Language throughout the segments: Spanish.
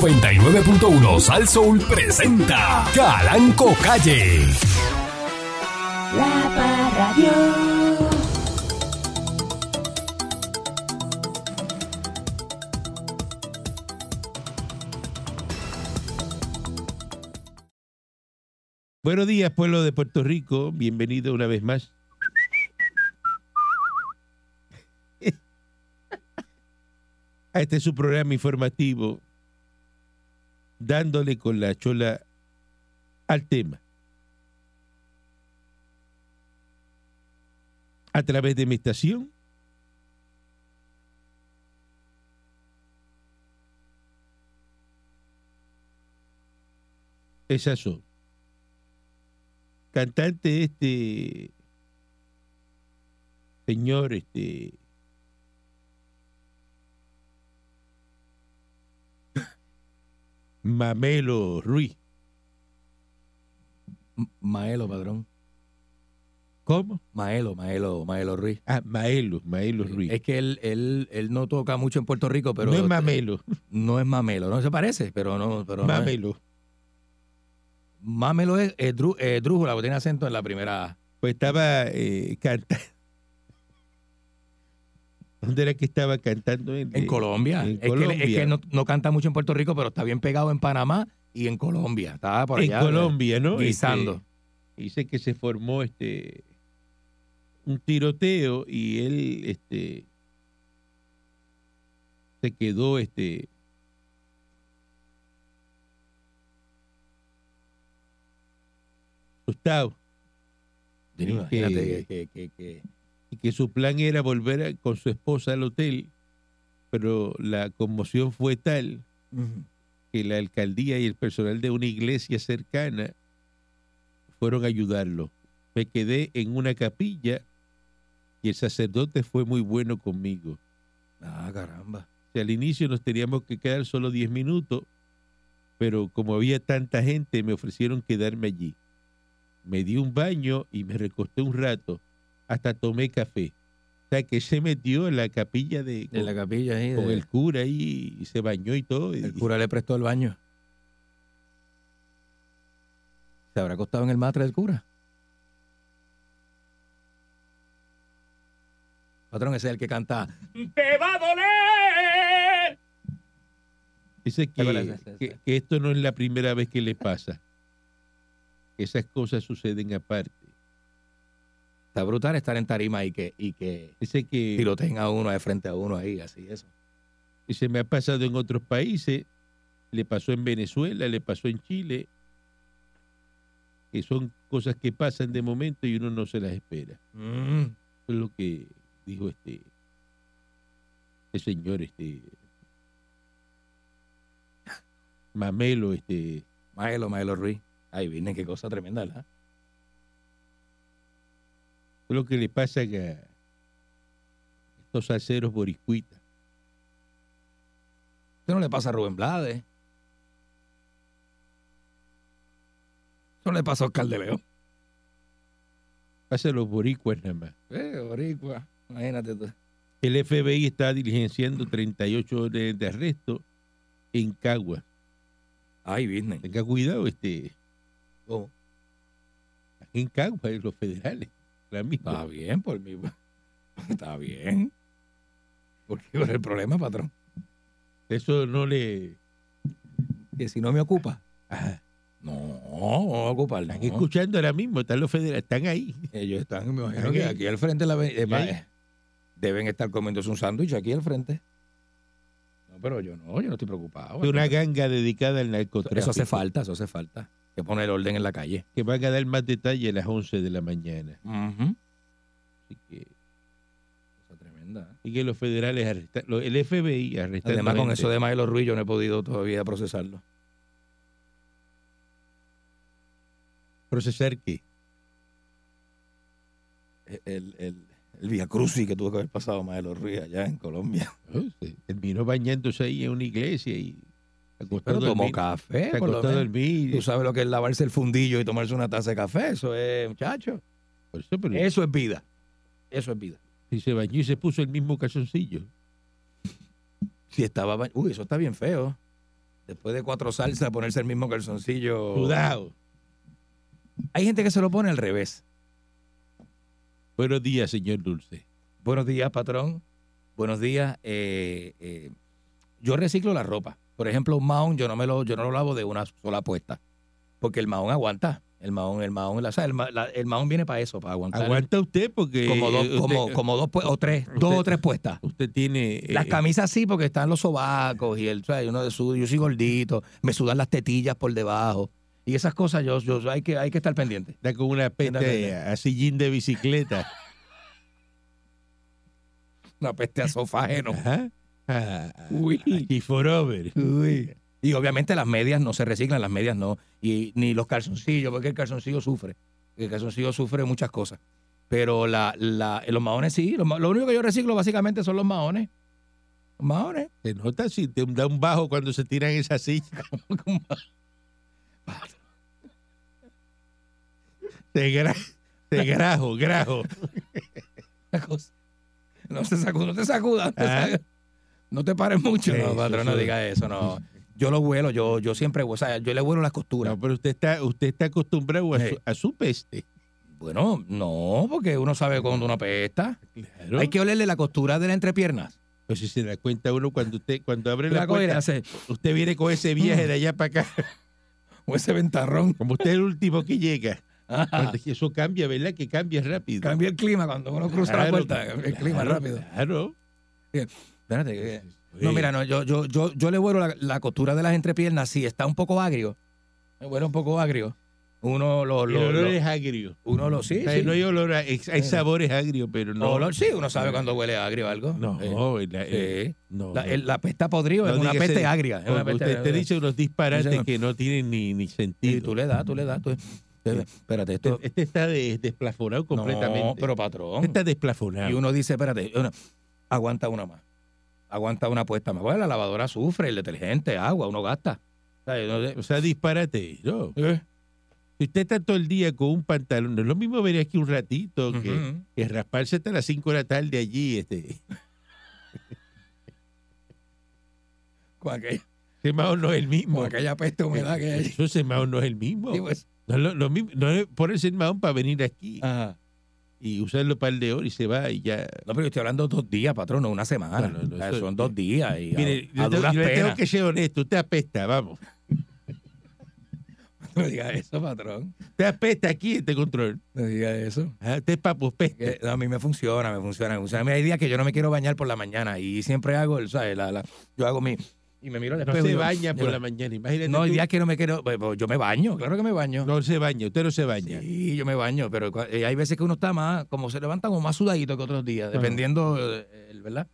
99.1 Sal Soul presenta Calanco Calle. La Parradio. Buenos días, pueblo de Puerto Rico. Bienvenido una vez más. A este es su programa informativo, dándole con la chola al tema. A través de mi estación. Esas son cantante este señor este Mamelo Ruiz. Mm. Maelo, padrón. ¿Cómo? Maelo, Maelo, Maelo Ruiz. Ah, Maelo, Maelo Ruiz. Es que él, él, él no toca mucho en Puerto Rico, pero no es Mamelo, no es Mamelo, no se parece, pero no, pero no es. Mamelo. Mamelo es, es, drú- es drújula, porque tiene acento en la primera A. Pues estaba eh, cantando. ¿Dónde era que estaba cantando? En Eh, Colombia. en es que, él- es que él no, no canta mucho en Puerto Rico, pero está bien pegado en Panamá y en Colombia. Está por en allá. Colombia, ¿no? eh, Guisando. Este, dice que se formó este un tiroteo y él este se quedó este asustado Sí, que- Imagínate que, que- que- que- y que su plan era volver a- con su esposa al hotel, pero la conmoción fue tal que la alcaldía y el personal de una iglesia cercana fueron a ayudarlo. Me quedé en una capilla y el sacerdote fue muy bueno conmigo. Ah, caramba. O sea, al inicio nos teníamos que quedar solo 10 minutos, pero como había tanta gente, me ofrecieron quedarme allí. Me di un baño y me recosté un rato, hasta tomé café. O sea, que se metió en la capilla de, En con, la capilla ahí. con de- el cura ahí y se bañó y todo. y- el cura le prestó el baño. ¿Se habrá acostado en el matre del cura? Patrón, ese es el que canta. ¡Te va a doler! Dice que, ¿Te acuerdas? Sí, sí, que- sí. que esto no es la primera vez que le pasa. Esas cosas suceden aparte. Está brutal estar en tarima y que, y que Dice que tiroteen a uno de frente a uno ahí, así eso. se me ha pasado en otros países, le pasó en Venezuela, le pasó en Chile, que son cosas que pasan de momento y uno no se las espera. Mm. Eso es lo que dijo este, este señor, este Mamelo, este Maelo, Maelo Ruiz. Ay, vienen, qué cosa tremenda, ¿verdad? Fue lo que le pasa a estos salseros boriscuitas. Eso no le pasa a Rubén Blades. Eso no le pasa a Oscar de León. Pasa a los boricuas nada más. Eh, boricua. Imagínate tú. El FBI está diligenciando 38 órdenes de arresto en Cagua. Ay, Disney. Tenga cuidado, este, en Cagua, en los federales. La misma. Está bien, por mí. Está bien. Porque qué el problema, patrón? Eso no le... Que si no me ocupa. Ajá. No, no me va a ocupar. Están no. escuchando ahora mismo, están los federales, están ahí. Ellos están, me Están imagino que ahí. aquí al frente. de La, aven- eh, va- ahí. eh, deben estar comiéndose un sándwich aquí al frente. No, pero yo no, yo no estoy preocupado. Es una ganga dedicada al narcotráfico. Eso hace falta, eso hace falta. Que poner orden en la calle. Que van a dar más detalle a las 11 de la mañana. Así que, Cosa tremenda. y que los federales arrestaron, el FBI arrestaron. Además, con gente. eso de Maelo Ruiz, yo no he podido todavía procesarlo. ¿Procesar qué? El, el, el Via Crucis que tuvo que haber pasado Maelo Ruiz allá en Colombia. ¿no? oh, Se Terminó bañándose ahí en una iglesia y Pero acostado a tomó dormir- café, se por lo acostó a menos. dormir. Tú sabes lo que es lavarse el fundillo y tomarse una taza de café. Eso es, muchacho. Por eso, pero Eso es vida. Eso es vida. si se bañó y se puso el mismo calzoncillo. Si estaba. ba- Uy, eso está bien feo. Después de cuatro salsas, ponerse el mismo calzoncillo. Sudado. Hay gente que se lo pone al revés. Buenos días, señor Dulce. Buenos días, patrón. Buenos días. eh, eh, yo reciclo la ropa. Por ejemplo, un mahón yo no me lo, yo no lo lavo de una sola puesta. Porque el mahón aguanta. El mahón, el mahón, la, o sea, el, ma- la- el mahón viene para eso, para aguantar. Aguanta usted porque eh, Como dos, usted, como, como dos pue- o tres, dos o tres puestas. usted tiene eh, Las camisas sí, porque están los sobacos y el, ¿sabes? uno de su, yo soy gordito, me sudan las tetillas por debajo. Y esas cosas yo, yo hay que, hay que estar pendiente. está con una peste Mira, a, a sillín de bicicleta. Una peste a sofágeno. Ajá. Ah, Uy. Aquí forever. Y obviamente las medias no se reciclan, las medias no. Y ni los calzoncillos, porque el calzoncillo sufre. El calzoncillo sufre muchas cosas. Pero la, la- los maones sí. los ma- lo único que yo reciclo básicamente son los maones. Los maones. Se nota si te da un bajo cuando se tiran esa silla. Te, gra- te grajo, grajo. Una cosa. No te sacudas, no te sacudas. No te, Ah. sacudas. No te pares mucho. Eso, No, patrón, no eso. diga eso, no. Yo lo vuelo, yo, yo siempre, o sea, yo le vuelo las costuras. No, pero usted está, usted está acostumbrado a su, Sí. a su peste. Bueno, no, porque uno sabe cuando uno apesta. Claro. Hay que olerle la costura de la entrepiernas. Pues si se da cuenta uno cuando usted cuando abre La la coge y le puerta, hace, usted viene con ese Mm. viaje de allá para acá. o ese ventarrón. Como usted es el último que llega. Ajá. Cuando es que eso cambia, ¿verdad? Que cambia rápido. Cambia el clima cuando uno cruza la Claro, puerta. El clima claro, rápido. Claro. Eh, Espérate, que- No, mira, no. no, yo, yo, yo, yo le vuelo la, la costura de las entrepiernas. Si está un poco agrio, me vuelo un poco agrio. Uno lo. El lo- olor lo- es agrio. uno lo. Sí, O sea, sí. No hay olor, a- es- hay Sí. sabores agrios, pero no. Olor, sí, uno sabe cuando huele agrio algo. No, Eh, la, eh, sí. no. La, no. el- la pesta podrido es No una diga peste ese- agria. es una Porque peste usted te agria. dice unos disparates Ese- que no tienen ni, ni Y sentido. tú le das, tú le das. tú- Espérate, esto. este, este está de- desplafonado completamente. No, pero Este patrón. está desplafonado. Y uno dice, espérate, uno- aguanta una más. Aguanta una puesta más. Bueno, la lavadora sufre, el detergente, agua, uno gasta. O sea, yo no sé- O sea, disparate. No. Eh, Si usted está todo el día con un pantalón, no es lo mismo venir aquí un ratito que, ujú. que rasparse hasta las 5 de la tarde allí. Este. Con, aquella, Ese mao no es el mismo. con aquella peste humedad que hay. Eso ese mao no es el mismo. Sí, pues. No, es lo, lo mismo. no es ponerse el maón para venir aquí Ajá. y usarlo para el de oro y se va y ya. No, pero yo estoy hablando dos días, patrón, no una semana. No, no, no, O sea, eso- son dos días y a- Mire, a, yo, te- duras yo le tengo penas. que ser honesto. Usted apesta, vamos. No diga eso, patrón. Usted apesta aquí este control. No diga eso. Ajá, Usted es papo peste. Que- Eh, no, a mí me funciona, me funciona, me funciona. Mira, hay días que yo no me quiero bañar por la mañana y siempre hago, el- ¿sabes? La, la- yo hago mi... Y me miro al No espejo y se digo, baña por yo- la mañana, imagínate. No, hay tú. días que no me quiero... pues, pues, Yo me baño, claro que me baño. No se baña, usted no se baña. Sí, yo me baño, pero cua- eh, hay veces que uno está más, como se levanta como más sudadito que otros días, Ajá. dependiendo, eh, el- ¿verdad?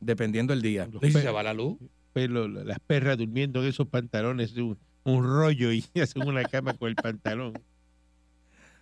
Dependiendo el día. Los Y si pe- se va la luz. Pero la- las perras durmiendo en esos pantalones, un, un rollo y hacen una cama con el pantalón.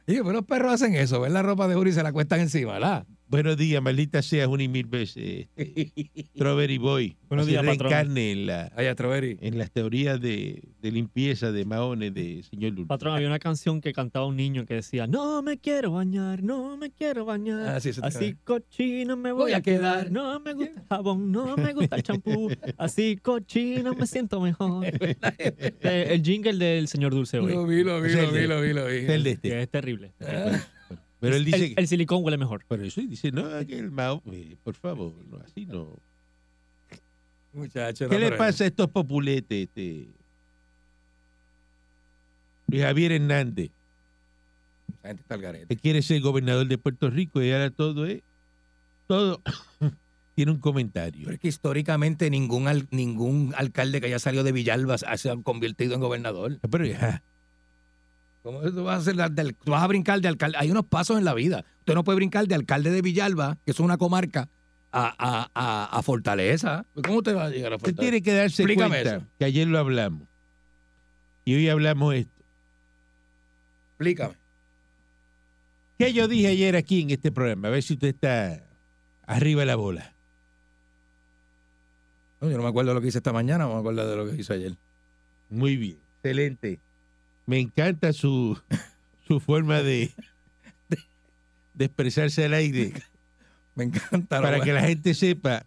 Y yo, pero los perros hacen eso, ven la ropa de Uri y se la cuestan encima, ¿verdad? Buenos días, maldita seas una y mil veces. este, Strawberry Boy. Buenos Así días, patrón. reencarne en, la, Ay, Strawberry. en las teorías de, de limpieza de Mahones de señor Lulú. Patrón, había una canción que cantaba un niño que decía, no me quiero bañar, no me quiero bañar. Ah, sí, eso te- Así cochino me voy, Voy a a quedar. quedar. No me gusta el jabón, no me gusta el champú. Así cochino me siento mejor. Eh, el jingle del señor Dulce Lo hoy. vi, lo vi, Ese lo es vi, el- lo vi, lo vi. Es el de este. Que es terrible. Pero él dice eh, el, que. el silicón huele mejor. Por eso y dice, no, que el Mao, eh, por favor, no, así no. Muchacho, ¿Qué no, le pero- pasa a estos populetes? Este? Luis Javier Hernández, La gente está al garete. que quiere ser gobernador de Puerto Rico y ahora todo es. Todo tiene un comentario. Pero es que históricamente ningún, al- ningún alcalde que haya salido de Villalba ha- se ha convertido en gobernador. Pero ah, ya, ¿Cómo tú vas a, hacer la- del- tú vas a brincar de alcalde? Hay unos pasos en la vida. Usted no puede brincar de alcalde de Villalba, que es una comarca, a, a- a- a Fortaleza. ¿Cómo usted va a llegar a usted Fortaleza? tiene que darse Explícame cuenta eso. que ayer lo hablamos y hoy hablamos esto. Explícame. ¿Qué yo dije ayer aquí en este programa? A ver si usted está arriba de la bola. No, yo no me acuerdo de lo que hice esta mañana, no me acuerdo de lo que hice ayer. Muy bien, excelente. Me encanta su, su forma de, de expresarse al aire Me encanta. para ¿no? que la gente sepa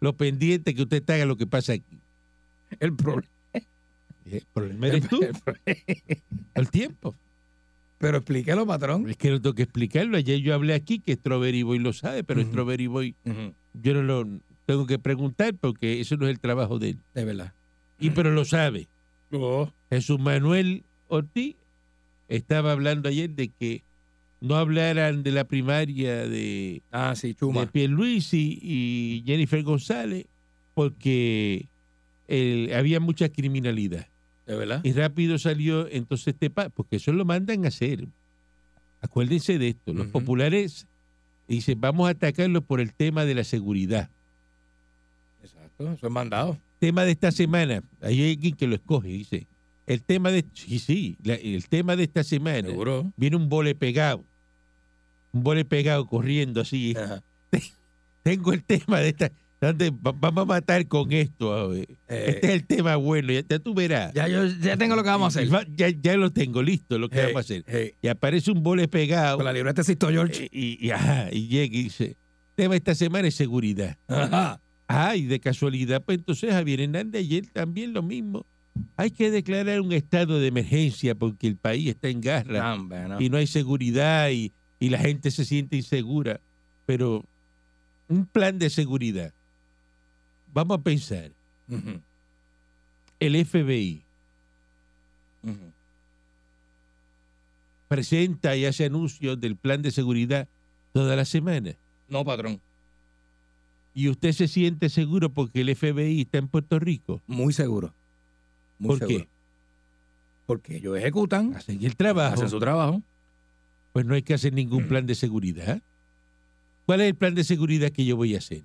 lo pendiente que usted está a lo que pasa aquí. el, proble- Eh, El problema eres tú, el tiempo. Pero explíquelo, patrón. Es que no tengo que explicarlo. Ayer yo hablé aquí que Strawberry Boy lo sabe, pero Ujú. Strawberry Boy Ujú, yo no lo tengo que preguntar porque eso no es el trabajo de él. De verdad. Y pero lo sabe. Oh, Jesús Manuel Ortiz estaba hablando ayer de que no hablaran de la primaria de, Ah, sí, de chuma. Pierluisi y Jennifer González porque eh, había mucha criminalidad. De verdad. Y rápido salió entonces este pa- porque eso lo mandan a hacer. Acuérdense de esto, los Ujú. populares dicen, vamos a atacarlos por el tema de la seguridad. Exacto. Eso es mandado. Tema de esta semana, ahí hay alguien que lo escoge, dice, el tema de, sí, sí, la- el tema de esta semana, Seguro. viene un vole pegado, un vole pegado corriendo así, Ajá. tengo el tema de esta, ¿dónde va- vamos a matar con esto, ah, eh. Eh, este es el tema bueno, ya, ya tú verás. Ya, yo, ya tengo lo que vamos a hacer. Va- Ya, ya lo tengo listo, lo que Hey, vamos a hacer. hey, y aparece un vole pegado Con la libreta se citó George. eh, y, y, ajá, y llega y dice, tema esta semana es seguridad. Ajá. Ay, de casualidad, pues entonces Javier Hernández ayer también lo mismo. Hay que declarar un estado de emergencia porque el país está en garra No, hombre, no. y no hay seguridad y, y la gente se siente insegura. Pero un plan de seguridad. Vamos a pensar, Ujú, el FBI ujú. presenta y hace anuncios del plan de seguridad toda la semana. No, patrón. y usted se siente seguro porque el FBI está en Puerto Rico, Muy seguro. Muy ¿Por qué? seguro. Porque ellos ejecutan, hacen el trabajo, hacen su Mm. trabajo. pues no hay que hacer ningún plan de seguridad. ¿Cuál es el plan de seguridad que yo voy a hacer?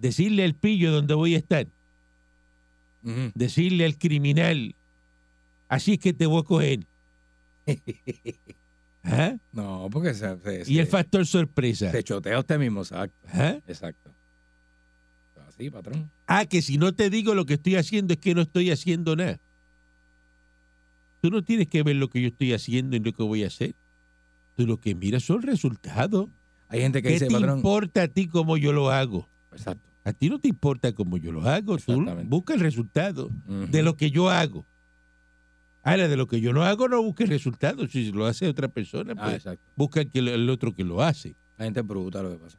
Decirle al pillo dónde voy a estar, Ujú. decirle al criminal, así es que te voy a coger. ¿Ah? No, porque se, se- Y el se- factor sorpresa. se chotea usted mismo, exacto. ¿Ah? Exacto. Así, patrón. Ah, que si no te digo lo que estoy haciendo es que no estoy haciendo nada. Tú no tienes que ver lo que yo estoy haciendo y lo que voy a hacer. Tú lo que miras son resultados. Hay gente que ¿Qué dice, te patrón. importa a ti cómo yo lo hago? Exacto. A ti no te importa cómo yo lo hago. Tú Exactamente. busca el resultado Ujú. de lo que yo hago. Ahora, de lo que yo no hago, no busques resultados. Si lo hace otra persona, Ah, pues exacto. busca el que lo- el otro que lo hace. La gente es bruta lo que pasa.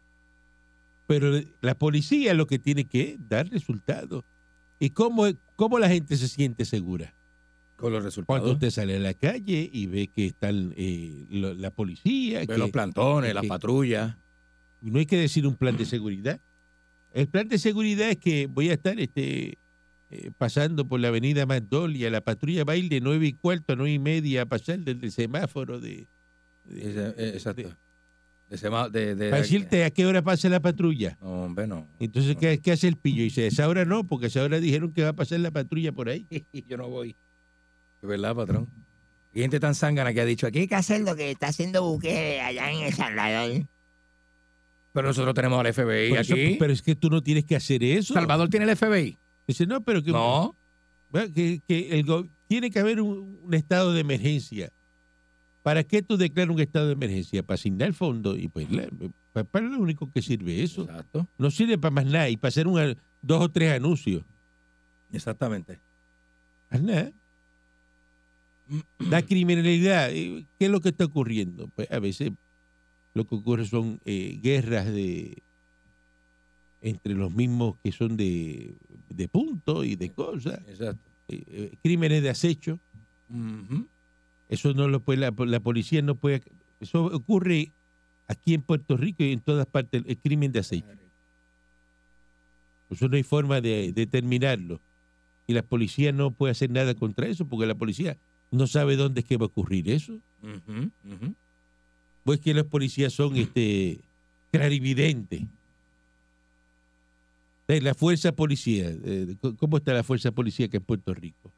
Pero la policía lo que tiene que es dar resultados. ¿Y cómo, cómo la gente se siente segura? Con los Cuando resultados. usted sale a la calle y ve que están eh, lo- la policía, Ve que los plantones, las que- patrullas. no hay que decir un plan de seguridad. El plan de seguridad es que voy a estar este, eh, pasando por la avenida Magdolia, la patrulla va a ir de 9 y cuarto a 9 y media a pasar desde el semáforo de... de- Ese- eh, Exacto. de- De sema- de- de- para decirte a qué hora pasa la patrulla. No, hombre, no. Entonces, ¿qué, qué hace el pillo? Y dice, a esa hora no, porque a esa hora dijeron que va a pasar la patrulla por ahí. Yo no voy. Es verdad, patrón. Hay gente tan zángana que ha dicho aquí. Hay que hacer lo que está haciendo Bukele allá en El Salvador. Pero nosotros tenemos al FBI Por eso, aquí. pero es que tú no tienes que hacer eso. Salvador tiene el FBI. Dice, no, pero que... No. ¿verdad? que, que el go- tiene que haber un, un estado de emergencia. ¿Para qué tú declaras un estado de emergencia? Para asignar fondos y pues la- pa- para lo único que sirve eso. Exacto. No sirve para más nada y para hacer un, a- dos o tres anuncios. Exactamente. Más nada. La criminalidad, eh, ¿qué es lo que está ocurriendo? Pues a veces lo que ocurre son eh, guerras de entre los mismos que son de, de punto y de cosas, Exacto. eh, eh, crímenes de acecho. Ujú. Eso no lo puede, la, la policía no puede. Eso ocurre aquí en Puerto Rico y en todas partes, el crimen de aceite. Eso no hay forma de determinarlo. Y la policía no puede hacer nada contra eso, porque la policía no sabe dónde es que va a ocurrir eso. Ujú, ujú. Pues que los policías son este clarividentes. Eh, La fuerza policía, eh, co- ¿cómo está la fuerza policía que en Puerto Rico?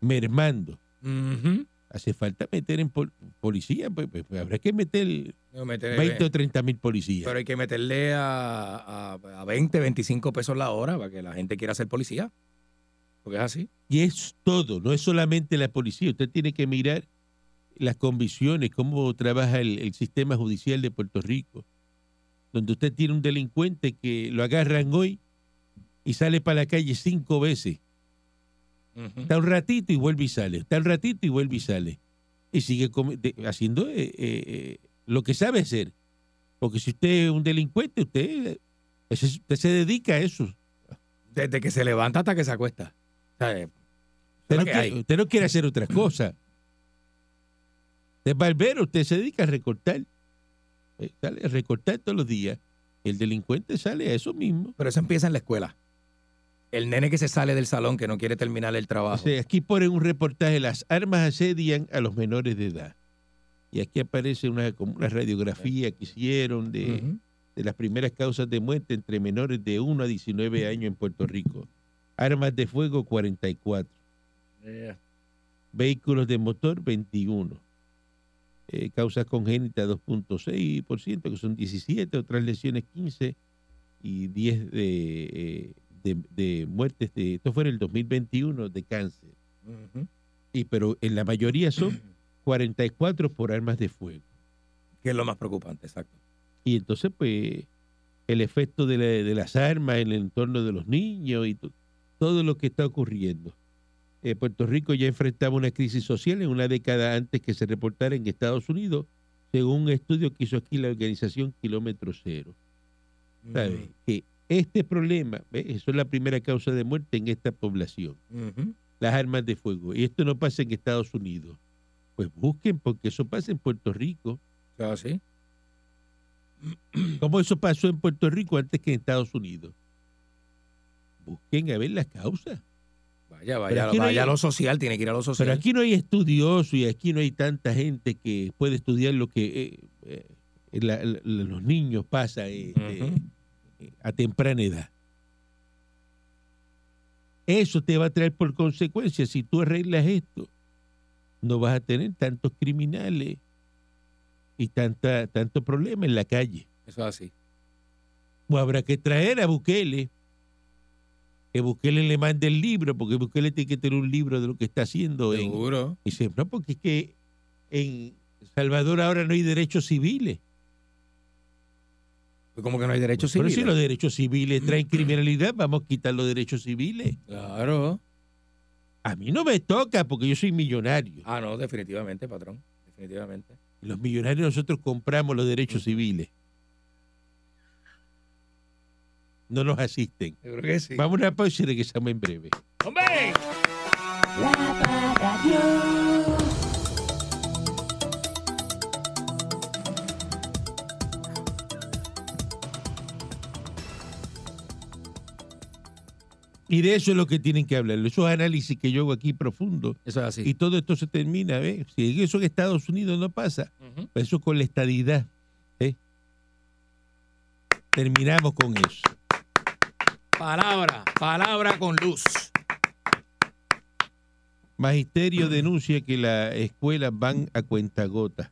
Mermando. Ujú. Hace falta meter en pol- policía, pues, pues, pues, habrá que meter Tengo que meterle- 20 o 30 mil policías. Pero hay que meterle a, a, a 20, 25 pesos la hora para que la gente quiera ser policía. Porque es así. Y es todo, no es solamente la policía. Usted tiene que mirar las condiciones, cómo trabaja el, el sistema judicial de Puerto Rico, donde usted tiene un delincuente que lo agarran hoy y sale para la calle cinco veces. Ujú. Está un ratito y vuelve y sale. Está un ratito y vuelve y sale. Y sigue comi- de- haciendo eh, eh, eh, lo que sabe hacer. Porque si usted es un delincuente, usted, eh, ese es- usted se dedica a eso. Desde que se levanta hasta que se acuesta. O sea, eh, Usted no, Lo que quiere, hay. usted no quiere hacer otras cosas. Usted es barbero, usted se dedica a recortar. Eh, Sale a recortar todos los días. El delincuente sale a eso mismo. Pero eso empieza en la escuela. El nene que se sale del salón, que no quiere terminar el trabajo. Dice, aquí ponen un reportaje, las armas asedian a los menores de edad. Y aquí aparece una, como una radiografía que hicieron de, Ujú. de las primeras causas de muerte entre menores de 1 a 19 años en Puerto Rico. Armas de fuego 44, vehículos de motor 21, Eh, causas congénitas 2.6%, que son 17, otras lesiones 15 y 10 de, eh, de- de muertes. De, esto fue en el 2021 de cáncer. Ujú. Y pero en la mayoría Mm. son 44 por armas de fuego. Que es lo más preocupante, exacto. Y entonces, pues, el efecto de, la- de las armas en el entorno de los niños y to- todo lo que está ocurriendo. Eh, Puerto Rico ya enfrentaba una crisis social en una década antes que se reportara en Estados Unidos, según un estudio que hizo aquí la organización Kilómetro Cero. ¿Sabe? Mm. Que este problema, ¿ves? eso es la primera causa de muerte en esta población, Ujú. las armas de fuego. Y esto no pasa en Estados Unidos. Pues busquen, porque eso pasa en Puerto Rico. Claro, sí. ¿Cómo eso pasó en Puerto Rico antes que en Estados Unidos? Busquen a ver las causas. Vaya, Pero vaya, aquí no vaya hay- a lo social, tiene que ir a lo social. Pero aquí no hay estudiosos y aquí no hay tanta gente que puede estudiar lo que eh, eh, la- la- los niños pasan eh, Ujú. eh, a temprana edad. Eso te va a traer por consecuencia, si tú arreglas esto, no vas a tener tantos criminales y tanta, tanto problema en la calle. Eso es así. Pues habrá que traer a Bukele, que Bukele le mande el libro, porque Bukele tiene que tener un libro de lo que está haciendo. en- Seguro. y dice, no, porque es que en Salvador ahora no hay derechos civiles. Pues Como que no hay derechos Pero civiles. si los derechos civiles traen criminalidad, vamos a quitar los derechos civiles. Claro. A mí no me toca porque yo soy millonario. Ah, no, definitivamente, patrón. Definitivamente. Y Los millonarios nosotros compramos los derechos civiles. No nos asisten. Yo creo que sí. Vamos a una pausa y regresamos en breve. ¡Hombre! La Parradio. Y de eso es lo que tienen que hablar, esos análisis que yo hago aquí profundo. Eso es así. Y todo esto se termina, ¿ves? Si eso en Estados Unidos no pasa, Ujú. eso con la estadidad, ¿ves? Terminamos con eso. Palabra, palabra con luz. Magisterio denuncia que las escuelas van a cuentagotas,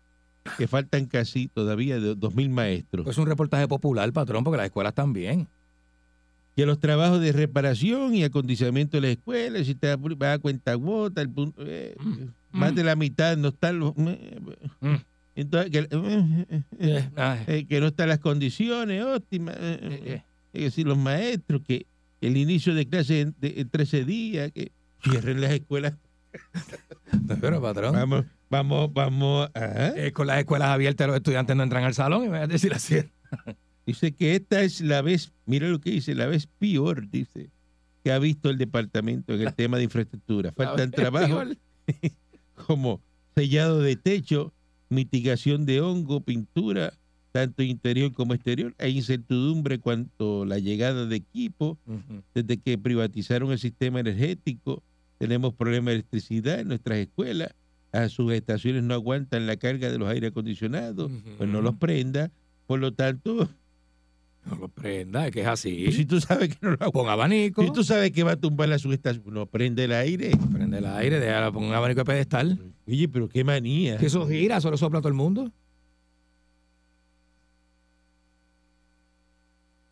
que faltan casi todavía de 2.000 maestros, Es un reportaje popular, patrón, porque las escuelas también. que los trabajos de reparación y acondicionamiento de las escuelas, si te va a cuentagotas, el punto, eh, más de la mitad no están los... Mm. Entonces, que- Eh, ah, eh, eh, que no están las condiciones óptimas, eh, eh, eh. es decir, los maestros, que el inicio de clase en, de- en 13 días, que cierren las escuelas, eh. Pero, patrón. vamos, vamos, vamos, ¿ah? ajá. eh, con las escuelas abiertas los estudiantes no entran al salón, y me vas a decir así. Dice que esta es la vez, mira lo que dice, la vez peor, dice, que ha visto el departamento en el tema de infraestructura. Faltan trabajos como sellado de techo, mitigación de hongo, pintura, tanto interior como exterior. Hay incertidumbre cuanto a la llegada de equipo, Ujú. desde que privatizaron el sistema energético, tenemos problemas de electricidad en nuestras escuelas, las subestaciones no aguantan la carga de los aire acondicionados, pues no los prenda, por lo tanto, pues No lo prenda, es que es si así. tú sabes que no lo aguanta, Pon abanico, si tú sabes que va a tumbar la subestación, no prende el aire. prende el aire, déjala, pon un abanico de pedestal. Oye, pero qué manía. Que eso gira, eso lo sopla todo el mundo.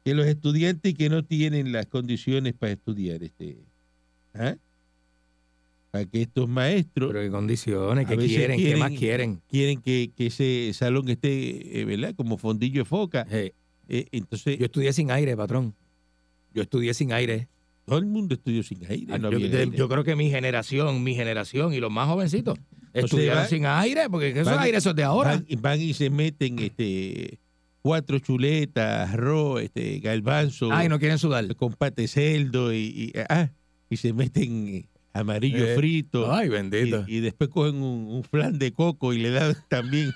Que los estudiantes que no tienen las condiciones para estudiar, este, ¿ah? para que estos maestros Pero qué condiciones, A qué veces quieren, quieren- qué más quieren. quieren que, que ese salón esté, eh, ¿verdad? Como fondillo de foca. Eh, Eh, entonces, Yo estudié sin aire, patrón. Yo estudié sin aire. todo el mundo estudió sin aire. no Ah, yo, había de- aire. yo creo que mi generación, mi generación y los más jovencitos estudiaron va- sin aire, porque esos van- aires esos de ahora. Van, van y se meten este cuatro chuletas, arroz, este, galbanzo, Ay, no quieren sudar. con pate celdo y, y, ah, y se meten amarillo Eh, frito. Ay, y, bendito. y después cogen un, un flan de coco y le dan también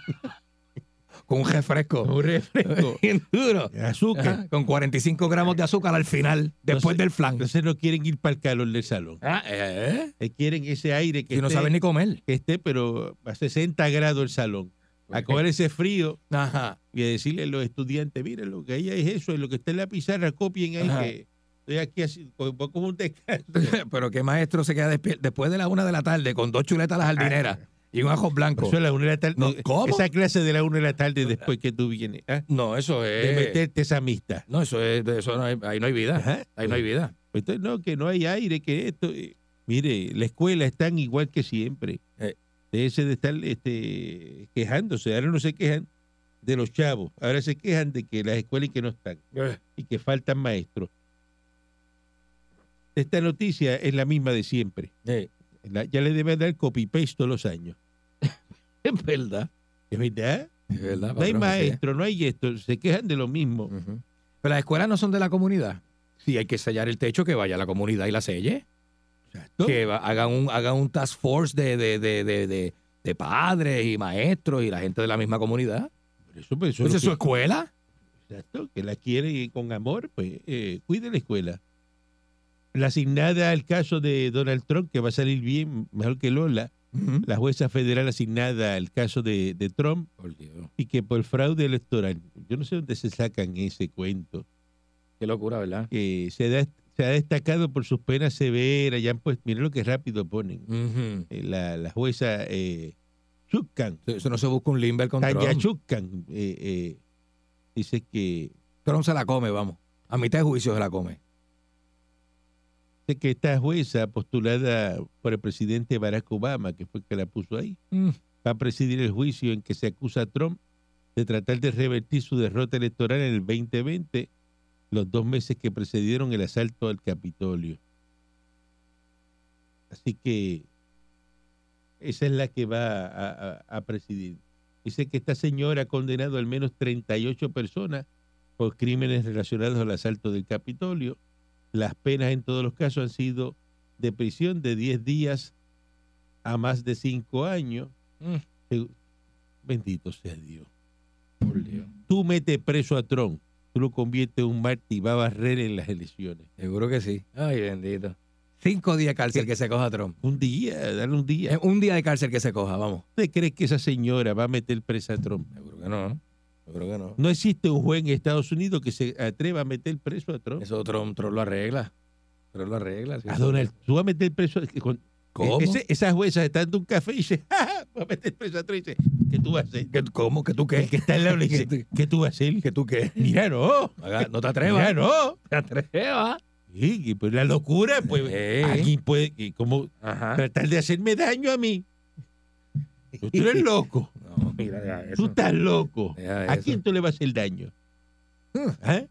con un refresco. un refresco, Bien duro. azúcar. Ajá, Con 45 gramos de azúcar al final, después Entonces- del flan. Entonces no quieren ir para el calor del salón. Ah, eh, Eh, Quieren ese aire que, Y no esté, saben ni comer. que esté, pero a 60 grados el salón. A coger ese frío Ajá. y a decirle a los estudiantes, miren, lo que hay es eso, y lo que está en la pizarra, copien ahí Ajá. que estoy aquí así, como, como un descanso. Pero qué maestro se queda despier- después de la una de la tarde con dos chuletas a la jardinera y un ajo blanco. Ah. Eso a la una de la tarde. eh, No, ¿cómo? Esa clase de la una de la tarde después que tú vienes, ¿ah? No, eso de es. meterte esa amistad. No, eso es. de Eso no hay- ahí no hay vida. Ajá. Ah, Pues Ahí no hay vida. Entonces, no, que no hay aire, que esto. eh, mire, la escuela está igual que siempre. Eh. Déjense de estar este, quejándose. Ahora no se quejan de los chavos. Ahora se quejan de que las escuelas que no están y que faltan maestros. Esta noticia es la misma de siempre. Eh, La- ya le deben dar copy-paste todos los años. Es verdad. ¿Es verdad? Es verdad. No Mm. hay patrón, así es. maestro, no hay esto. Se quejan de lo mismo. Ujú. Pero las escuelas no son de la comunidad. Si hay que sellar el techo, que vaya la comunidad y la selle. Exacto. que va- hagan un, hagan un task force de, de, de, de, de- de padres y maestros y la gente de la misma comunidad. Por eso, pues, eso es lo Esa es que- su escuela. Exacto, que la quiere y con amor, pues eh, cuide la escuela. La asignada al caso de Donald Trump, que va a salir bien, mejor que Lola, la jueza federal asignada al caso de, de Trump Por Dios. y que por fraude electoral, yo no sé dónde se sacan ese cuento, Qué locura, ¿verdad? que eh, se, da- se ha destacado por sus penas severas, ya han puesto, miren lo que rápido ponen, Mm. Ujú. eh, la, la jueza eh, Chutkan, Eso no se busca un limber con Tanya Trump. Chutkan, eh, eh, dice que Trump se la come, vamos. A mitad de juicio se la come. Dice que esta jueza postulada por el presidente Barack Obama, que fue el que la puso ahí, Mm. va a presidir el juicio en que se acusa a Trump de tratar de revertir su derrota electoral en el 2020, los dos meses que precedieron el asalto al Capitolio. Así que esa es la que va a, a- a presidir. Dice que esta señora ha condenado al menos 38 personas por crímenes relacionados al asalto del Capitolio. Las penas en todos los casos han sido de prisión de 10 días a más de 5 años. Mm. Eh, Bendito sea Dios. Por Dios. Tú metes preso a Trump, tú lo conviertes en un mártir y va a barrer en las elecciones. Seguro que sí. Ay, bendito. Cinco días de cárcel que se coja Trump. Un día, dale un Eh, día. Un día de cárcel que se coja, vamos. ¿Usted cree que esa señora va a meter presa a Trump? Seguro que no. ¿no? Seguro que no. No existe un juez en Estados Unidos que se atreva a meter preso a Trump. Eso Trump, Trump lo arregla. Trump lo arregla. sí. E-, A Donald, tú vas a meter preso. a- con- Ah, ¿Cómo? Ese- esa jueza está dando un café y dice, "Ja, ja, voy a meter preso a Trump. Y dice, ¿qué tú vas a hacer? ¿Qué- ¿Cómo? ¿Que tú qué? El que está al lado le ¿Qué dice, tú- ¿qué tú vas a hacer? ¿Que tú qué? Mira, no. No haga- No Mira, te atrevas. no. te atrevas. Sí, que, pues la locura, pues. Eh. Alguien puede, que como Ajá. tratar de hacerme daño a mí. Tú eres loco. No, mira, deja eso. Tú estás loco. Deja ¿A eso. quién tú le vas a hacer daño? Hmm. ¿Ah?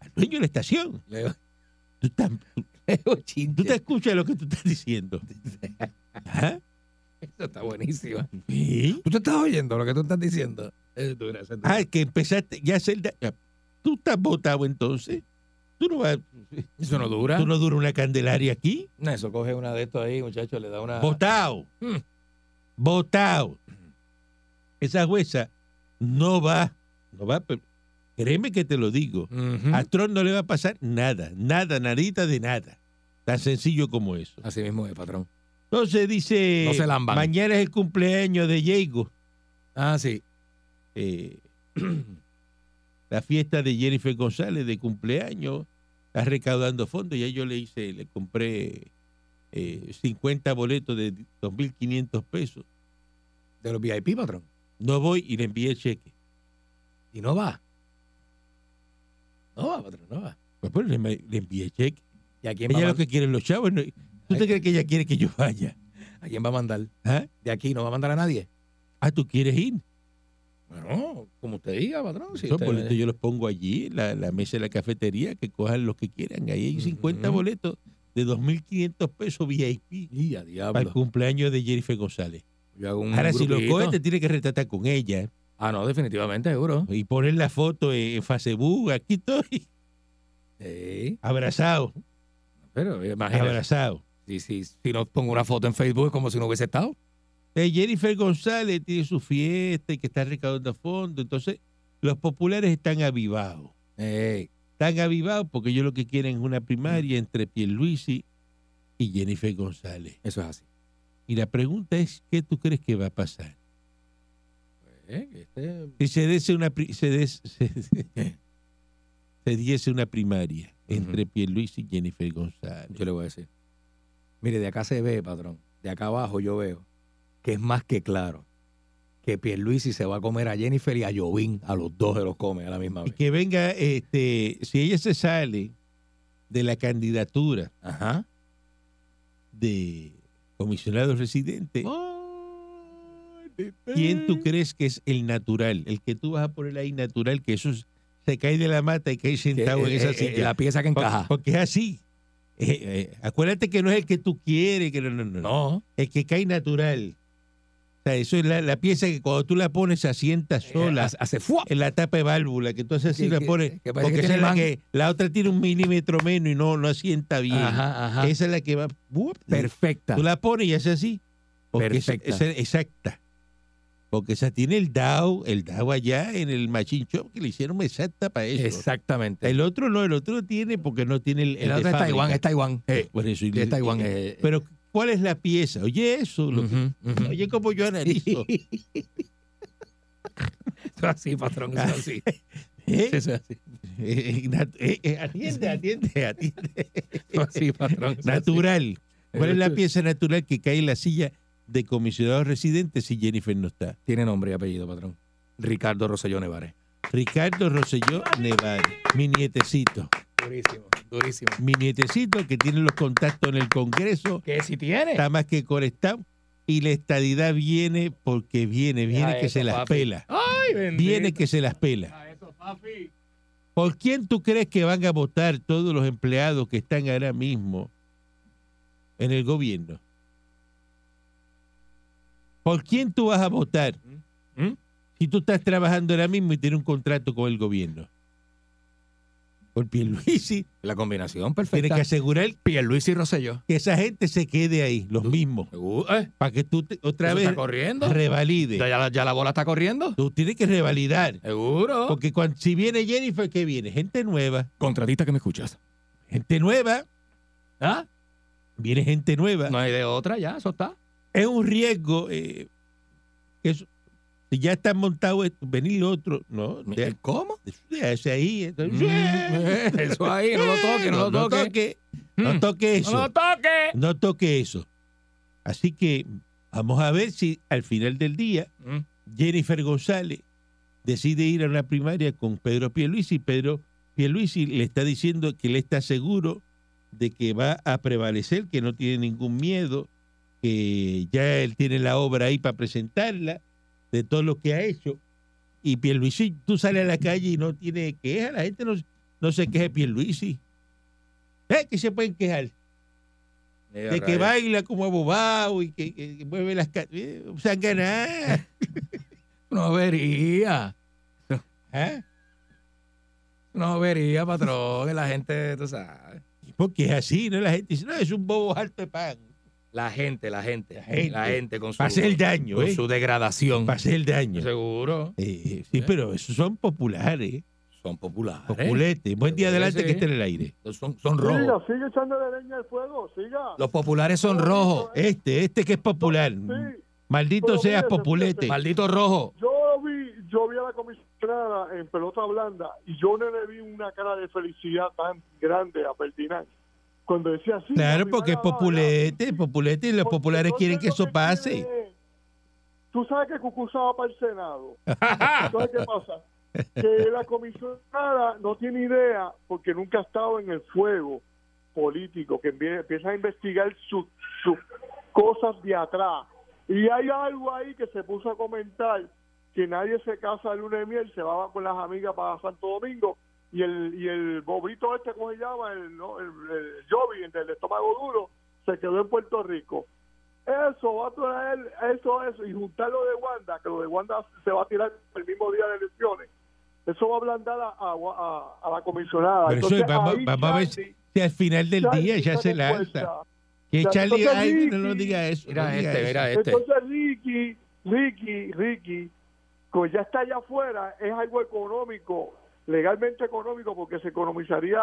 Al dueño de la estación. Leo, Tú, estás- Leo tú te Chinche. escuchas lo que tú estás diciendo. ¿Ah? Eso está buenísimo. Eh, Sí. ¿Tú te estás oyendo lo que tú estás diciendo? Es dura, esa es dura. Ah, que empezaste ya a hacer daño. Tú estás votado entonces. Tú no vas, eso no dura. tú no duras una candelaria aquí. No, Eso coge una de estos ahí, muchachos, le da una... Votado. Ah. Hmm. Votado. Esa jueza no va, no va, pero créeme que te lo digo. Ujú. A Trump no le va a pasar nada, nada, nadita de nada. Tan sencillo como eso. Así mismo es, patrón. Entonces dice, No se lamban. mañana es el cumpleaños de Diego. Ah, sí. eh, la fiesta de Jennifer González de cumpleaños, está recaudando fondos. Ya yo le hice, le compré eh, 50 boletos de 2.500 pesos. De los VIP, patrón. No voy y le envié el cheque. Y no va. No va, patrón, no va. Pues, pues, le, le envié el cheque. ¿Y a quién, va a Ella lo man- que quieren los chavos. ¿no? ¿Tú te Ay. crees que ella quiere que yo vaya? a quién va a mandar? ¿Ah? ¿De aquí no va a mandar a nadie? Ah, ¿tú quieres ir? Bueno, como usted diga, patrón. si Esos usted- boletos yo los pongo allí, en la, la mesa de la cafetería, que cojan los que quieran. Ahí hay 50 Ujú. boletos de 2.500 pesos VIP Y a para el diablo. cumpleaños de Jennifer González. Yo hago un Ahora, si los grupito. cohetes tiene que retratar con ella Ah, no, definitivamente, seguro. y poner la foto en Facebook, aquí estoy, Sí, abrazado, pero eh, imagínate. abrazado. Si, si, si no pongo una foto en Facebook es como si no hubiese estado. Eh, Jennifer González tiene su fiesta y que está recaudando fondos. Entonces, los populares están avivados. Ey, Mm. Están avivados porque ellos lo que quieren es una primaria entre Pierluisi y Jennifer González. eso es así. Y la pregunta es, ¿qué tú crees que va a pasar? Eh, que este- Si se diese una, pri- se des- se, se diese una primaria entre Pierluisi y Jennifer González. Yo le voy a decir. Mire, de acá se ve, patrón. De acá abajo yo veo que es más que claro que Pierluisi se va a comer a Jennifer y a Jovín. A los dos se los come a la misma Y vez. que venga, este, si ella se sale de la candidatura Ajá. de comisionado residente, ¿Quién tú crees que es el natural? El que tú vas a poner ahí natural, que eso es- se cae de la mata y cae Que, sentado en eh, esa eh, silla. la pieza que Po- encaja. Porque es así. Eh, eh, acuérdate que no es el que tú quieres, que no, no, no, no. No. El que cae natural. O sea, eso es la, la pieza que cuando tú la pones se asienta Eh, sola hace- Hace fuá. en la tapa de válvula, que tú haces así Que- la que- pones. que parece porque que esa es tiene la man- que. La otra tiene un milímetro menos y no, no asienta bien. Ajá, ajá. Esa es la que va. ¡bup! perfecta. Tú la pones y hace así. Porque esa- Perfecta. esa- exacta. Porque esa tiene el DAO, el DAO allá en el Machine Shop que le hicieron exacta para eso. Exactamente. El otro no, el otro tiene porque no tiene el, el El de otro es fábrica. Taiwán, es Taiwán. Eh, Por eso, y- es Taiwán. y- eh, Pero, ¿cuál es la pieza? Oye, eso. lo- ujú, ujú. Oye, como yo analizo. Eso es así, patrón, eso es así. ¿eh? Eso es así. Eh, eh, nat- eh, eh, atiende, atiende, atiende. Eso es así, patrón. eso es así. Natural. ¿Cuál es la Eso- pieza natural que cae en la silla de comisionado residente si Jennifer no está? Tiene nombre y apellido, patrón. Ricardo Rosselló Nevares. Ricardo Rosselló Nevares, mi nietecito. Durísimo, durísimo. Mi nietecito que tiene los contactos en el Congreso, Que si tiene. está más que conectado. Y la estadidad viene porque viene, viene Deja que eso, se las papi. pela. Ay, bendito. Viene que se las pela. ¿Por quién tú crees que van a votar todos los empleados que están ahora mismo en el gobierno? ¿Por quién tú vas a votar ¿Mm? si tú estás trabajando ahora mismo y tienes un contrato con el gobierno? Por Pierluisi, La combinación tienes perfecta. que asegurar Pierluisi y Rosselló. que esa gente se quede ahí, los mismos, Seguro. Eh, para que tú te- otra eso vez está corriendo. Ya, revalides. ya la, ya la bola está corriendo. Tú tienes que revalidar. Seguro. Porque cuando, si viene Jennifer, ¿qué viene? Gente nueva. Contratista que me escuchas. Gente nueva. ¿Ah? Viene gente nueva. No hay de otra, ya, eso está. Es un riesgo. eh, que es- si ya están montados esto, venir lo otro. No, de, ¿Cómo? déjase ahí. entonces, Eh, Eso ahí, no lo toque, no lo no toque. toque. No Mm. toque eso. ¡No lo toque! No toque eso. Así que vamos a ver si al final del día Mm. Jennifer González decide ir a una primaria con Pedro Pierluisi. Pedro Pierluisi le está diciendo que le está seguro de que va a prevalecer, que no tiene ningún miedo, que ya él tiene la obra ahí para presentarla, de todo lo que ha hecho. Y Pierluisi, tú sales a la calle y no tiene queja, la gente no, no se queja de Pierluisi. ¿Eh? Que se pueden quejar de que baila como abobado y que, que- que mueve las ca- eh, sanganá. No vería. ¿Ah? No vería, patrón. que La gente, tú sabes. Porque es así, ¿no? La gente dice, no, es un bobo alto de pan. La gente, la gente. La gente. gente, con su, Para hacer el daño, con ¿eh? su degradación. Para hacer el daño. Seguro. Eh, sí, pero esos son populares, Son populares. populetes. Buen día Seguro que adelante sí. que esté en el aire. Son, son rojos. Siga, sigue echándole leña al fuego, siga. Los populares son rojos. Este, este que es popular. Sí, Maldito Pero seas mire, populete. Maldito rojo. yo vi, yo vi a la comisionada en pelota blanda y yo no le vi una cara de felicidad tan grande a Ferdinand. Cuando decía así. Claro, porque es populete, populete y los populares quieren que eso pase. Tú sabes que Cucuza va para el Senado. Entonces, ¿qué pasa? Que la comisionada no tiene idea, porque nunca ha estado en el fuego político, que empie- empieza a investigar su- sus cosas de atrás. Y hay algo ahí que se puso a comentar, que nadie se casa el lunes de miel, se va con las amigas para Santo Domingo, y el, y el bobrito este, ¿cómo se llama? El, ¿no? el, el Jovi, el del estómago duro, se quedó en Puerto Rico. Eso va a traer, eso, eso, y juntar lo de Wanda, que lo de Wanda se va a tirar el mismo día de elecciones. Eso va a ablandar a, a, a- a la comisionada. Pero eso Entonces, es- vamos, ahí vamos a ver Charlie- si si al final del Charlie día ya está se en lanza. cuenta. Que Ya, Charlie, entonces, ay, no, no Ricky- diga eso. no Mira diga este, eso. mira este. Entonces Ricky, Ricky, Ricky, como ya está allá afuera, es algo económico, legalmente económico, porque se economizaría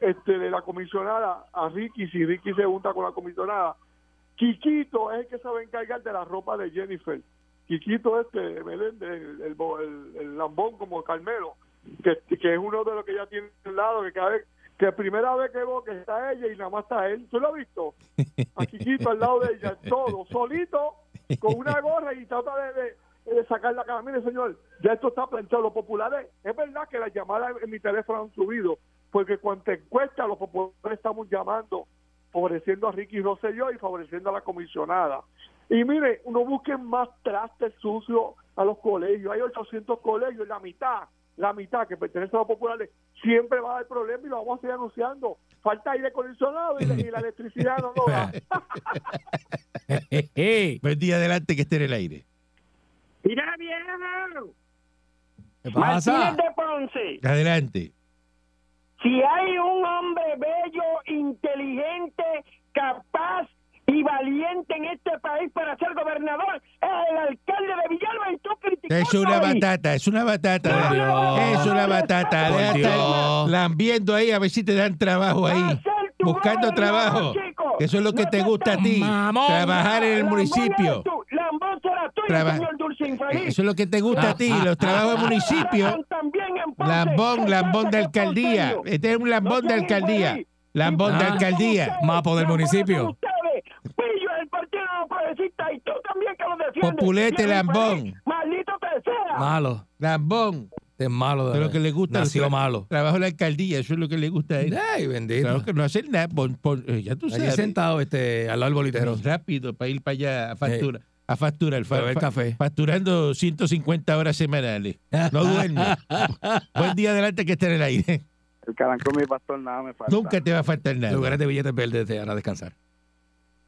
este, de la comisionada a Ricky si Ricky se junta con la comisionada. Quiquito es el que se va a encargar de la ropa de Jennifer. Quiquito este, Meléndez, el, el, bo- el- el lambón como Carmelo, que, que es uno de los que ya tiene al lado, que cada vez- que primera vez que veo que está ella y nada más está él. ¿Tú lo has visto? a Quiquito al lado de ella, todo, solito, con una gorra y trata de, de- de sacar la cara. Mire, señor, ya esto está planchado. Los populares, es verdad que las llamadas en mi teléfono han subido, porque cuando encuesta, los populares estamos llamando, favoreciendo a Ricky Rosselló y favoreciendo a la comisionada. Y mire, no busquen más trastes sucios a los colegios. Hay 800 colegios, la mitad, la mitad que pertenece a los populares, siempre va a haber problema y lo vamos a seguir anunciando. Falta aire acondicionado y la, y la electricidad no lo da. este. Buen día adelante que esté en el aire. Mira, viejo. ¿Qué Martínez de Ponce. Adelante. Si hay un hombre bello, inteligente, capaz y valiente en este país para ser gobernador, es el alcalde de Villalba y tú criticando Es una ahí. batata, es una batata. No, dale. no, no, Es no, una no, batata. no, deja no, estar no. Lambiendo ahí a ver si te dan trabajo Va a ahí. ser tu Buscando gobernador, trabajo. chico. que Eso es lo que No te seas gusta a tan ti. mamón. Trabajar en el Lambón municipio. eres tú, Lambón será tuyo, Traba- eh, señor Dulce Infeliz. Eso es lo que te gusta a ti, los trabajos en municipio. También en Ponce, Lambón, que lambón de pasa que es alcaldía. ponceño. Este es un lambón de sean alcaldía. infeliz. Lambón de Ah. alcaldía. Mapo del municipio. Ustedes, Pillo el Partido No Progresista y tú también que lo defiendes. Populete, Bien, lambón. infeliz. Maldito te sea. Malo. Lambón. Este es malo. Eso De es lo que le gusta. Nació Tra- malo. Trabajo en la alcaldía. Eso es lo que le gusta a él. Ay, bendito. Claro que no hacer nada. pon- pon- eh, ya tú Allí sabes. sentado Eh, este, al lado del bolitero. Pero rápido para ir para allá a factura. A facturar. fa- Para beber fa- café. Facturando 150 horas semanales. No duerme. Buen día adelante que esté en el aire. El caranco mi pastor nada me falta. Nunca te va a faltar nada. Lugares de billetes verdes te hará descansar.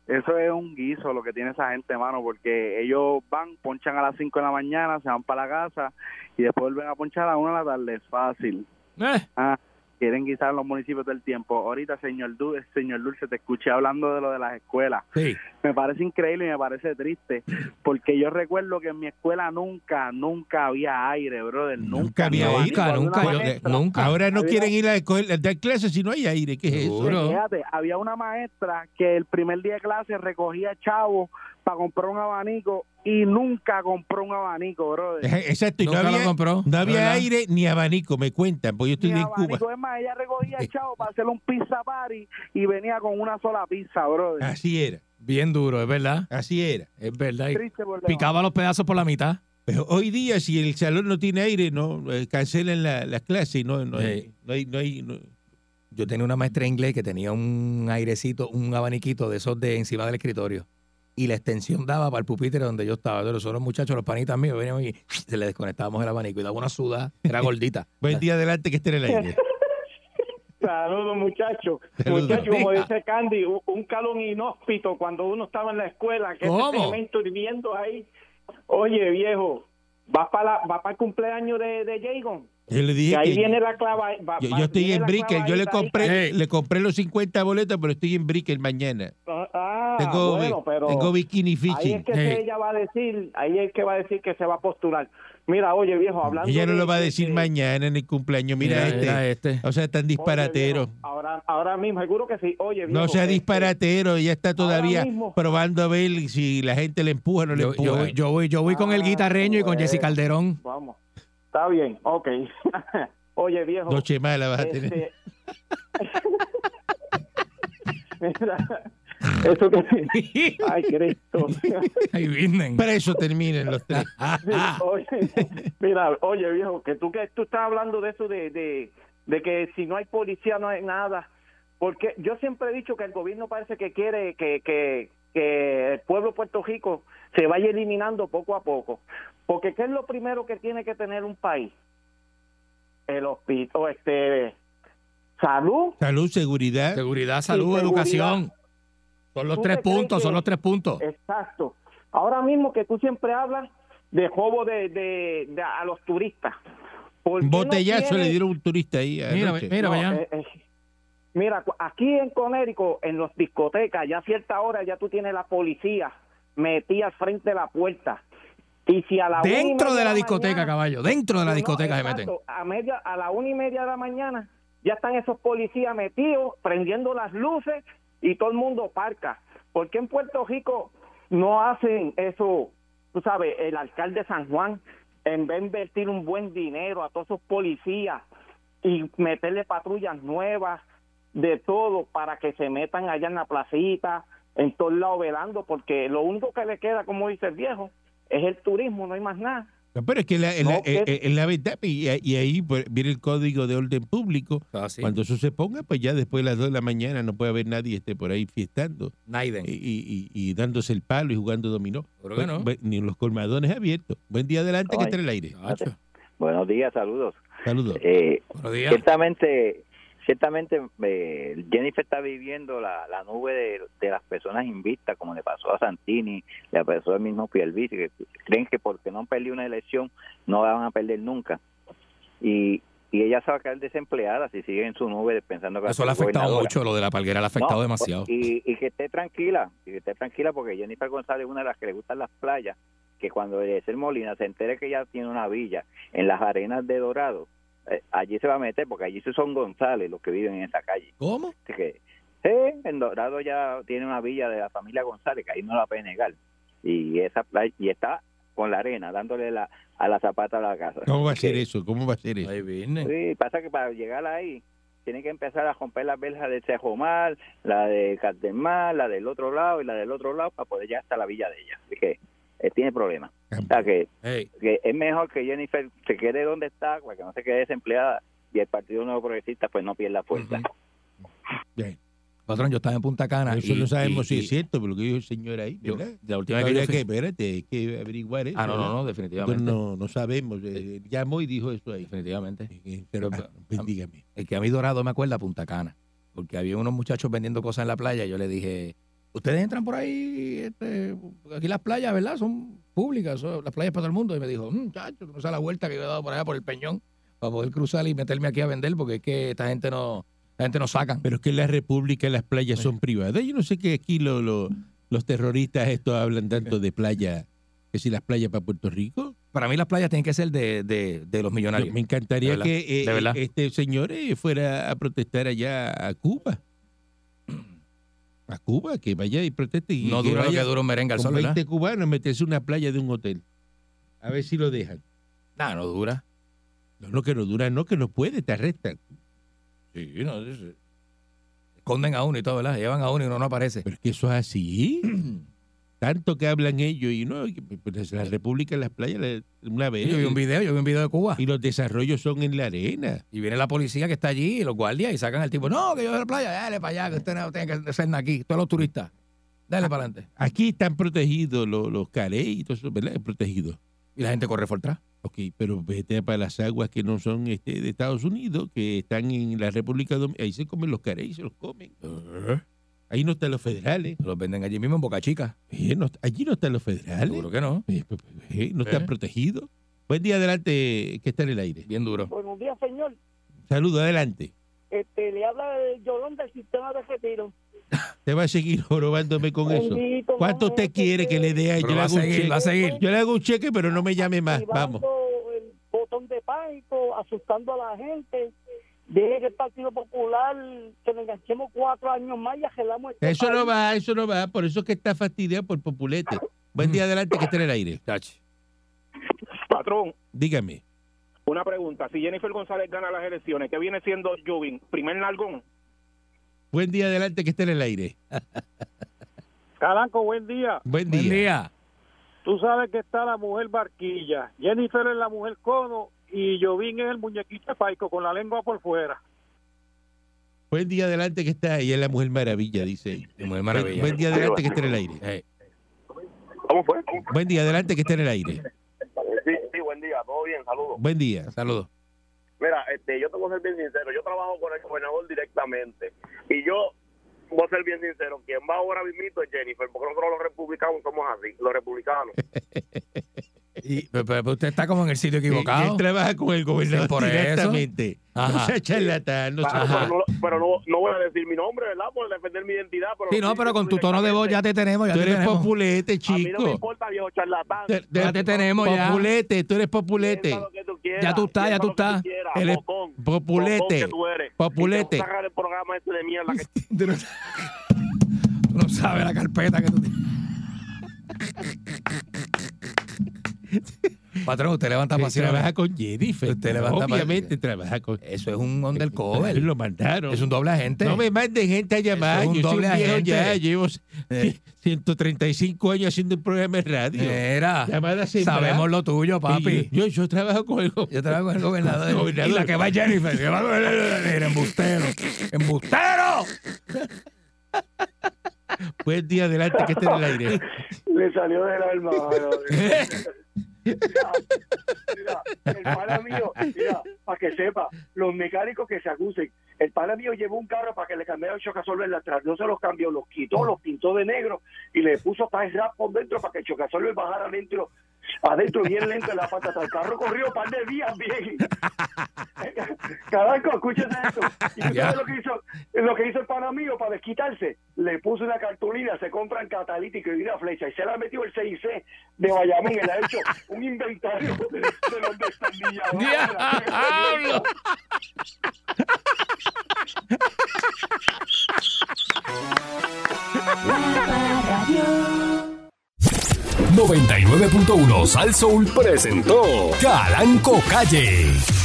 Eso es un guiso lo que tiene esa gente, mano, porque ellos van, ponchan a las 5 de la mañana, se van para la casa y después vuelven a ponchar a las 1 de la tarde. Es fácil. Eh. Ah, quieren guisar los municipios del tiempo. Ahorita, señor Dulce, señor Dulce, te escuché hablando de lo de las escuelas. Sí. Me parece increíble y me parece triste, porque yo recuerdo que en mi escuela nunca, nunca había aire, brother. Nunca, Nunca ni había abanico, aire. Nunca, alguna nunca, maestra. yo- nunca. Ahora no Había- quieren ir a, escoger- a dar clases si no hay aire. ¿Qué es eso? Seguro. Duro. Fíjate, había una maestra que el primer día de clase recogía chavos para comprar un abanico y nunca compró un abanico, brother. Eja- Exacto, y no Nunca lo había, compró, no había ¿verdad? aire ni abanico, me cuentan, porque yo estoy Ni en Cuba. Eh. abanico, es más, ella recogía chavos para hacer un pizza party y venía con una sola pizza, brother. Así era, Bien duro, es verdad. así era. Es verdad. Y Triste por demás. picaba los pedazos por la mitad. Pero hoy día, si el salón no tiene aire, no eh, cancelan la- las clases y no, no, hay, Sí. no hay, no hay- no- Yo tenía una maestra de inglés que tenía un airecito, un abaniquito de esos de encima del escritorio. Y la extensión daba para el pupitre donde yo estaba. Pero Nosotros los muchachos, los panitas míos, veníamos y se le desconectábamos el abanico. Y daba una suda, era gordita. Buen día adelante que esté en el aire. Saludos, muchachos. Saludos. Muchachos, como dice Candy, u- un calor inhóspito cuando uno estaba en la escuela, que ¿Cómo? ese cemento hirviendo ahí. Oye, viejo, ¿vas para va para el cumpleaños de, de Jagon? Yo le dije Que ahí que viene la clava. va- yo, va- yo estoy viene en la Brickell, yo le clavadita ahí. compré, Ey. le compré los 50 boletos, pero estoy en Brickell mañana. Ah, Tengo, bueno, pero tengo bikini ahí fishing. es que Ey. ella va a decir, ahí es que va a decir que se va a postular. Mira, oye, viejo, hablando. Ella no de- lo va a de- decir de- mañana en el cumpleaños. Mira, este, Era este. o sea, tan Oye, disparatero. viejo, ahora, ahora mismo, seguro que sí. Oye, viejo, No sea este, disparatero, ella está todavía mismo. probando a ver si la gente le empuja o no le Yo, yo empuja. voy, yo voy, yo voy con el Ah, guitarreño y con pues. Jesse Calderón. Vamos. Está bien, ok. Oye, viejo. Noche mala vas a tener. este- Mira, eso que... Ay, Cristo. Ahí vienen. Preso terminen los tres. Ah. Oye, mira, oye, viejo, que tú que tú estás hablando de eso de, de, de que si no hay policía no hay nada. Porque yo siempre he dicho que el gobierno parece que quiere que, que, que el pueblo de Puerto Rico se vaya eliminando poco a poco. Porque ¿qué es lo primero que tiene que tener un país? el hospital, este, salud. Salud, seguridad. Seguridad, salud, seguridad. educación. Son los ¿Tú tres te crees puntos, que- son los tres puntos. Exacto. Ahora mismo que tú siempre hablas de robo de, de- de- a los turistas. ¿Por qué Un no botellazo le tienes- dieron a un turista ahí. Mira, anoche. mira, No, vaya. eh, eh, mira, cu- aquí en Conérico, en las discotecas, ya a cierta hora ya tú tienes la policía metida al frente de la puerta. Y si a la una y Dentro de media la mañana- discoteca, caballo. Dentro de la No, discoteca se meten. exacto, A, media, a la una y media de la mañana ya están esos policías metidos, prendiendo las luces y todo el mundo parca. ¿Por qué en Puerto Rico no hacen eso? Tú sabes, el alcalde de San Juan, en vez de invertir un buen dinero a todos esos policías y meterle patrullas nuevas, de todo, para que se metan allá en la placita, en todos lados velando, porque lo único que le queda, como dice el viejo, es el turismo, no hay más nada. No, pero es que la, la- No, eh, que- eh, es la verdad, y, y ahí pues, viene el código de orden público. Ah, sí. Cuando eso se ponga, pues ya después de las 2 de la mañana no puede haber nadie esté por ahí fiestando Naiden. y, y- y- y dándose el palo y jugando dominó. Creo que no. Buen- ni los colmadones abiertos. Buen día adelante que Ay. está en el aire. Chacho, Buenos días, saludos. Saludos. Eh, Buenos días. ciertamente, ciertamente eh, Jennifer está viviendo la, la nube de, de las personas invistas, como le pasó a Santini, le pasó al mismo Pierluisi, que creen que porque no han perdido una elección no la van a perder nunca. Y, y ella se va a quedar desempleada si sigue en su nube pensando que va a Eso le ha ser afectado gobernadora. mucho, lo de la palguera le ha afectado No, pues, demasiado. Y, y que esté tranquila, y que esté tranquila porque Jennifer González es una de las que le gustan las playas, que cuando el Molina se entere que ella tiene una villa en las arenas de Dorado, eh, allí se va a meter porque allí sí son González los que viven en esa calle. ¿Cómo? Así que, sí, en Dorado ya tiene una villa de la familia González, que ahí no la puede negar. Y esa playa, y está con la arena, dándole la, a la zapata a la casa. ¿Cómo va a Así que- ser eso? ¿Cómo va a ser eso? Ahí viene. Sí, pasa que para llegar ahí tienen que empezar a romper las verjas de Cejomar, la de Catemar, la del otro lado y la del otro lado para poder llegar hasta la villa de ella. Así que eh, tiene problemas. O sea que, Ey, que es mejor que Jennifer se quede donde está para que no se quede desempleada y el Partido Nuevo Progresista pues no pierda fuerza. Ujú. Bien. patrón, yo estaba en Punta Cana. Eso y- no sabemos y- si y- es cierto, pero lo que dijo el señor ahí, yo- ¿verdad? la última vez que yo Habría fui- que, espérate, hay que averiguar eso. Ah, no, no, ¿verdad? no, Nosotros definitivamente. no, no sabemos. eh, llamó y dijo eso ahí. Definitivamente. Eh, eh, hermano, bendígame. El que a mí Dorado me acuerda Punta Cana, porque había unos muchachos vendiendo cosas en la playa y yo le dije, ustedes entran por ahí, este, aquí las playas, ¿verdad? Son públicas, son las playas para todo el mundo. Y me dijo, "Mm, chacho, no sé la vuelta que yo he dado por allá por el Peñón para poder cruzar y meterme aquí a vender, porque es que esta gente no, la gente no sacan. Pero es que en la República las playas son privadas. Yo no sé que aquí lo- lo- los terroristas estos hablan tanto de playa, que si las playas para Puerto Rico. Para mí las playas tienen que ser de, de- de los Yo- millonarios. me encantaría De verdad, que eh, de verdad. este señor eh, fuera a protestar allá a Cuba. A Cuba, que vaya y proteste. Y No que dura lo que vaya dura un merengue al con sol, 20 ¿verdad? cubanos meterse en una playa de un hotel. A ver si lo dejan. Nah, no dura. No, no, que no dura, no, que no puede, te arrestan. Sí, no, sí, sí. Esconden a uno y todo, ¿verdad? Llevan a uno y uno no aparece. Pero es que eso es así. Tanto que hablan ellos y no, que, pues, la República en las playas, la- una vez. Yo vi un video, yo vi un video de Cuba. Y los desarrollos son en la arena. Y viene la policía que está allí, y los guardias, y sacan al tipo, no, que yo de la playa, dale para allá, que usted no tiene que ser aquí, todos los turistas, Ah. dale para adelante. Aquí están protegidos los, los carés y todo eso, ¿verdad? Protegidos. Y la gente corre por atrás. Ok, pero vete para las aguas que no son este, de Estados Unidos, que están en la República Dominicana. Ahí se comen los carés, se los comen. Eh. Ahí no están los federales. Los venden allí mismo en Boca Chica. Eh, no- allí no están los federales. Seguro que no. Eh, pe- pe- eh, no están Eh. protegidos. Buen día, adelante, que está en el aire. Bien duro. Buenos días, señor. Saludo, adelante. Este, le habla el llorón del sistema de retiro. Te va a seguir jorobándome con eso. Bendito, ¿Cuánto vamos, usted quiere que le dé? a- Yo Pero le va a hago un seguir, va a cheque. seguir. Yo le hago un cheque, pero no me llame más. Ah, Vamos. activando el botón de pánico, asustando a la gente. Deje que el Partido Popular, que le enganchemos cuatro años más y agelamos este Eso país. no va, eso no va. Por eso es que está fastidiado por populete. Buen día, adelante, que está en el aire. Chachi. Patrón, Dígame. una pregunta. Si Jennifer González gana las elecciones, ¿qué viene siendo Jovin? ¿Primer nalgón? Buen día, adelante, que está en el aire. Calanco, buen día. Buen día. Buen día. Tú sabes que está la mujer barquilla. Jennifer es la mujer cono y Jovin es el muñequito de paico con la lengua por fuera. Buen día, adelante, que está ahí. Es la mujer maravilla, dice. ella. Muy Buen, maravilla. buen día, adelante, que está en el aire. Eh, ¿Cómo fue? Buen día, adelante, que está en el aire. Sí, sí, buen día. Todo bien, saludos. Buen día. saludos. Mira, este, yo te voy a ser bien sincero, yo trabajo con el gobernador directamente y yo voy a ser bien sincero, quien va ahora mismo es Jennifer, porque nosotros los republicanos somos así, los republicanos. Eh. Y- pero, pero usted está como en el sitio equivocado. Él trabaja con el gobernador Sí, por eso. directamente. No Ajá. sea charlatán, no Pero, sea- pero no, pero no- no voy a decir mi nombre, ¿verdad? Por defender mi identidad. Pero Sí, no, pero con tu tono de voz ya te tenemos. Ya Tú te eres tenemos. populete, A mí no me chico. importa, viejo charlatán. Te- te- Ya te tenemos ya. Populete, tú eres populete. Piensa lo que tú quieras, Ya tú estás, ya piensa tú lo que estás. quieras, Él es bocón, populete, bocón que tú eres. populete. Y te voy a sacar el programa ese de mierda que Tú no, tú no sabes la carpeta que tú tienes. Patrón, usted levanta Sí, pasión. trabaja con Jennifer. Usted levanta pa- Obviamente trabaja con. Eso es un undercover. Lo mandaron. Es un doble agente. No me manden gente a llamar. Eso es un Yo soy doble un viejo agente. Eh. ya. Llevo c- 135 años haciendo un programa de radio. Mira, Llamada sembrada. sabemos lo tuyo, Y Eh, papi. Yo, yo, yo trabajo con el go- Yo trabajo con el gobernador. Gobernador. Y la que va es Jennifer. que va- Mira, embustero. ¡Embustero! Buen día adelante que esté en el aire. Le salió del alma, mano. Mira, el pana mío, mira, para que sepa, los mecánicos que se acusen, el pana mío llevó un carro para que le cambiara el chocasol en la atrás, no se los cambió, los quitó, los pintó de negro y le puso para rap por dentro para que el chocasol bajara adentro, adentro bien lento en la pata. El carro corrió par de días bien. Carajo, escúchate esto. ¿Y tú Ya. sabes lo que hizo? Lo que hizo el pana mío para desquitarse, le puso una cartulina, se compran catalítico y una flecha y se la metió el CIC de Bayamón. y le ha hecho un inventario de, de los destornilladores. ¡Diablo! La radio. 99.1 Sal Soul presentó Calanco Calle.